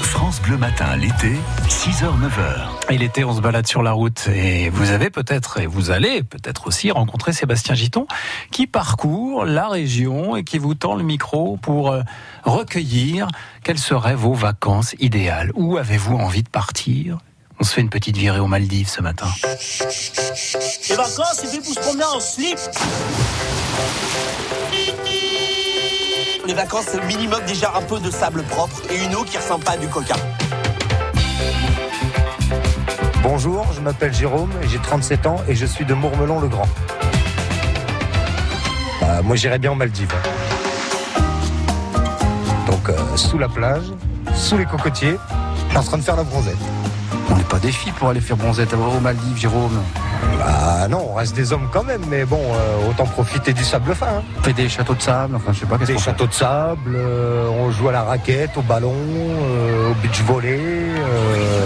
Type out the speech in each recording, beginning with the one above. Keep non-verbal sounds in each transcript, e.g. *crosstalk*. France Bleu Matin, l'été, 6h-9h. Et l'été, on se balade sur la route et vous avez peut-être, et vous allez peut-être aussi rencontrer Sébastien Giton qui parcourt la région et qui vous tend le micro pour euh, recueillir quelles seraient vos vacances idéales. Où avez-vous envie de partir on se fait une petite virée aux Maldives ce matin. Les vacances, ben, c'est fait pour se promener en slip. Les vacances, c'est minimum déjà un peu de sable propre et une eau qui ressemble pas à du coca. Bonjour, je m'appelle Jérôme, j'ai 37 ans et je suis de Mourmelon-le-Grand. Euh, moi, j'irais bien aux Maldives. Donc, euh, sous la plage, sous les cocotiers, en train de faire la bronzette. On n'est pas des filles pour aller faire bronzette aux Maldives, Jérôme. Bah non, on reste des hommes quand même, mais bon, euh, autant profiter du sable fin. hein. On fait des châteaux de sable, enfin je sais pas qu'est-ce Des qu'on fait. châteaux de sable, euh, on joue à la raquette, au ballon, euh, au beach volley, euh,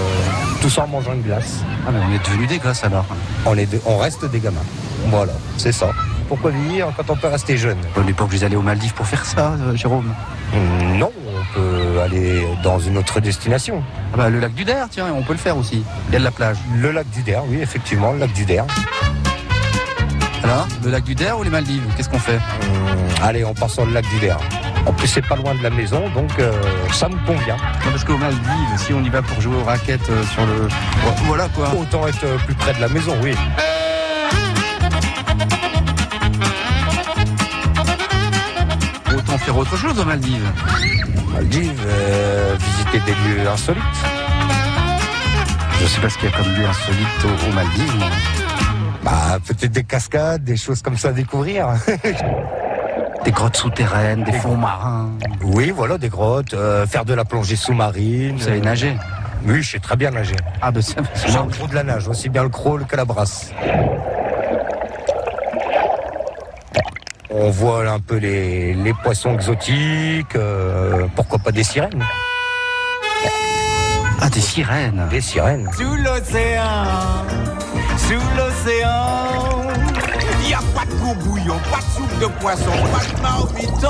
tout ça en mangeant une glace. Ah, mais on est devenus des grâces alors. On, est de- on reste des gamins. Voilà, c'est ça. Pourquoi vieillir quand on peut rester jeune On n'est pas obligé d'aller aux Maldives pour faire ça, euh, Jérôme. Hum, Non, on peut aller dans une autre destination. Ah bah, le lac du Der, tiens, on peut le faire aussi. Il y a de la plage. Le lac du Der, oui, effectivement, le lac du Der. Alors, le lac du Der ou les Maldives Qu'est-ce qu'on fait Hum, allez, on part sur le lac du Der. En plus, c'est pas loin de la maison, donc euh, ça me convient. Non, Parce qu'aux Maldives, si on y va pour jouer aux raquettes euh, sur le. Voilà quoi. Autant être euh, plus près de la maison, oui. Autant faire autre chose aux Maldives. Maldives, euh, visiter des lieux insolites. Je sais pas ce qu'il y a comme lieu insolite aux, aux Maldives. moi. Bah, peut-être des cascades, des choses comme ça à découvrir. *laughs* Des grottes souterraines, des fonds marins. oui, voilà, des grottes, euh, faire de la plongée sous-marine. Vous savez nager Oui, je sais très bien nager. Ah bah ça. J'ai un gros de la nage, aussi bien le crawl que la brasse. On voit un peu les, les poissons exotiques, euh, pourquoi pas des sirènes Ah des sirènes. Des sirènes. Sous l'océan, sous l'océan, y a pas de courbouillon, pas de soupe de poisson, pas de marmiton.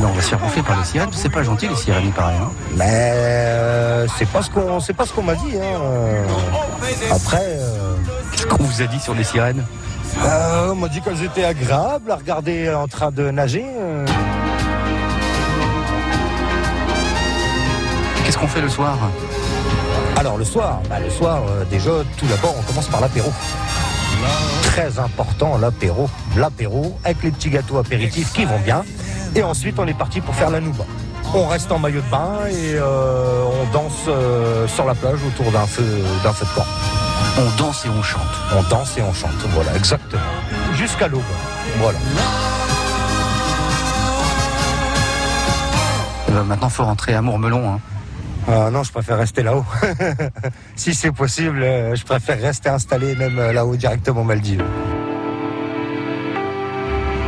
Non, on va se faire bouffer par les sirènes. C'est pas gentil les sirènes, il paraît. hein. Mais euh, c'est pas ce qu'on c'est pas ce qu'on m'a dit. hein. Euh, On fait des Après, euh, Qu'est-ce qu'on vous a dit sur les sirènes euh, on m'a dit qu'elles étaient agréables à regarder en train de nager. euh. Qu'est-ce qu'on fait le soir Alors le soir, bah, le soir, euh, déjà tout d'abord on commence par l'apéro. Très important l'apéro, l'apéro avec les petits gâteaux apéritifs qui vont bien. Et ensuite on est parti pour faire la nouba. On reste en maillot de bain et euh, on danse euh, sur la plage autour d'un feu d'un feu de camp. On danse et on chante. On danse et on chante, voilà exactement. Jusqu'à l'aube. Voilà. Eh ben, maintenant, faut rentrer à Mourmelon. hein. Ah non, je préfère rester là-haut. *laughs* si c'est possible, euh, je préfère rester installé même euh, là-haut directement aux Maldives.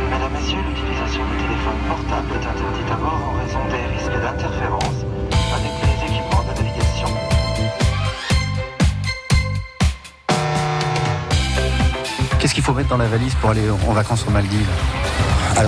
Mesdames, Messieurs, l'utilisation du téléphone portable est interdite à bord en raison des risques d'interférence avec les équipements de navigation. Qu'est-ce qu'il faut mettre dans la valise pour aller en vacances aux Maldives